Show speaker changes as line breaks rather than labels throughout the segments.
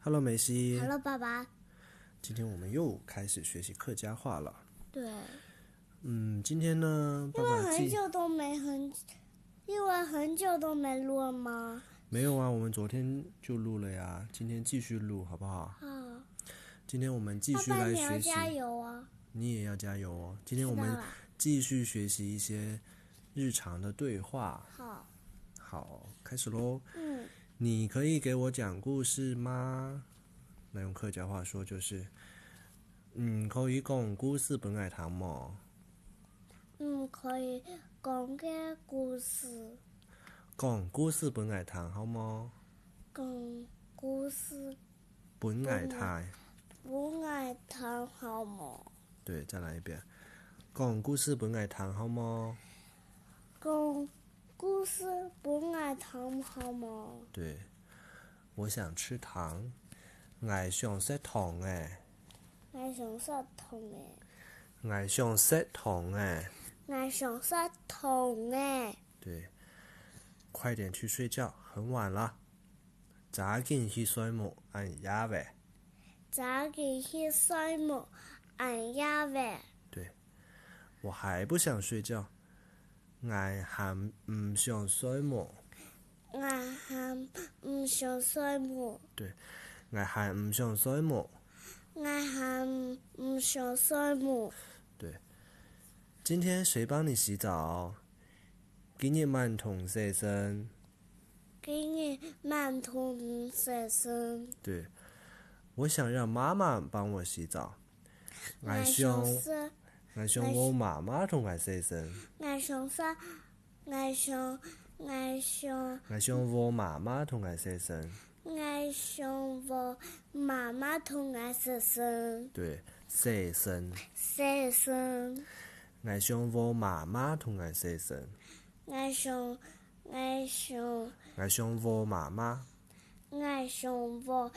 Hello，梅西。
Hello，爸爸。
今天我们又开始学习客家话了。
对，
嗯，今天呢，爸
因为
爸
很
记
久都没很，因为很久都没录了吗？
没有啊？我们昨天就录了呀，今天继续录好不好？
啊，
今天我们继
爸
续
爸
来
你要
学习，
加油啊！
你也要加油哦。今天我
知道
们
了，
继续学习一些日常的对话。
好，
好，开始喽。
嗯，
你可以给我讲故事吗？那用客家话说就是，嗯，可以讲故事本爱堂么？
嗯，可以讲个故事，
讲故事本爱堂好么？
讲故事，
本爱堂，
我爱谈好吗？
对，再来一遍。讲故事本爱堂好么？
讲故事，我爱谈好吗？
对，我想吃糖，爱想食糖诶，
爱上啥痛诶？
爱想食糖诶。
爱上啥痛诶？
对，快点去睡觉，很晚了。早点去睡梦，俺呀喂。
早起去睡梦，俺呀喂。
我还不想睡觉，俺还唔想睡梦，
我还唔想睡梦，
俺还唔想睡梦。
我还唔想睡梦。
今天谁帮你洗澡？今日慢桶洗身。
今日馒头唔食身，
对，我想让妈妈帮我洗澡。俺想
想，说，
俺想我妈妈同我洗身。
我想说，我想，我想，
俺想我妈妈同我洗身。
我想我妈妈同我食身，
对，洗身。
食身。
俺想我妈妈同我洗身。
我想，我想，
俺想我妈妈。
我想我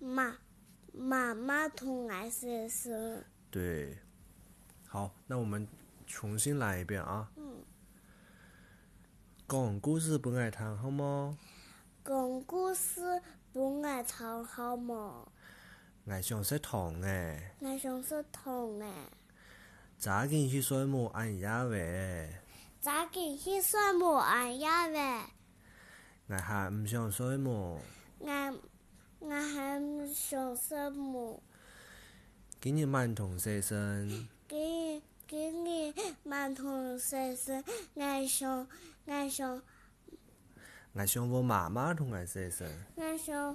妈妈妈同我食身。
对，好，那我们重新来一遍啊。
嗯。
讲故事不爱谈好吗？
讲故事不爱糖好么？
爱想食糖诶，
爱上说糖诶，
早点去睡梦俺爷喂，
早起去算无俺呀喂，
俺还唔想睡梦，
俺俺还唔想说无，
今日慢同洗身。
今今日馒头细细，俺想俺想
俺想我妈妈同俺洗身。
俺想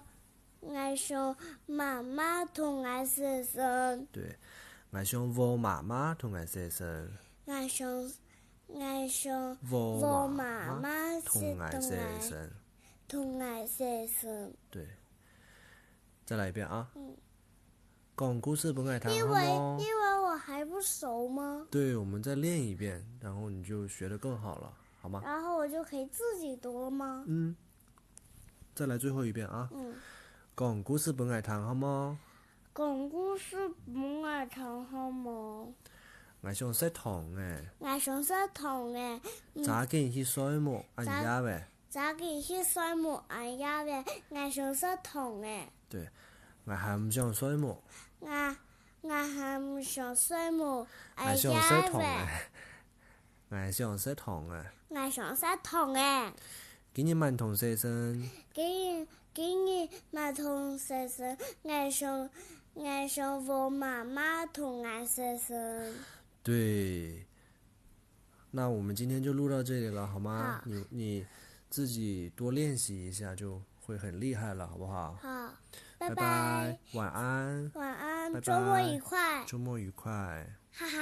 俺想妈妈同俺说声，
对，俺想我妈妈同俺洗身。
俺想俺想
我
我哦妈妈是
同俺洗
同俺
身。
同俺说声，
对，再来一遍啊
嗯。
讲故事不爱谈
因
好
为
吗？嗯
因为我还不熟吗？
对，我们再练一遍，然后你就学得更好了，好吗？
然后我就可以自己读了吗？
嗯，再来最后一遍啊！
嗯，
讲故事本爱谈好吗？
讲故事不爱糖好冇，
我想食糖诶，
爱上说糖诶，嗯
早点去睡梦，哎
早
呀喂，
早起去睡木俺呀喂，爱上说糖诶，
我还唔想睡梦，
俺俺还唔想睡木
我
俺
想
哎呀
食糖
喂，
诶， 我想食糖诶。
爱上说糖诶，
啊今日晚同学生，
今日今日咪同先生，爱上爱上我妈妈同俺先生，
对，那我们今天就录到这里了，好吗？
好
你你自己多练习一下，就会很厉害了，好不好？
好，
拜
拜，
晚安。
晚安，
拜拜
周末愉快，
周末愉快。
哈哈。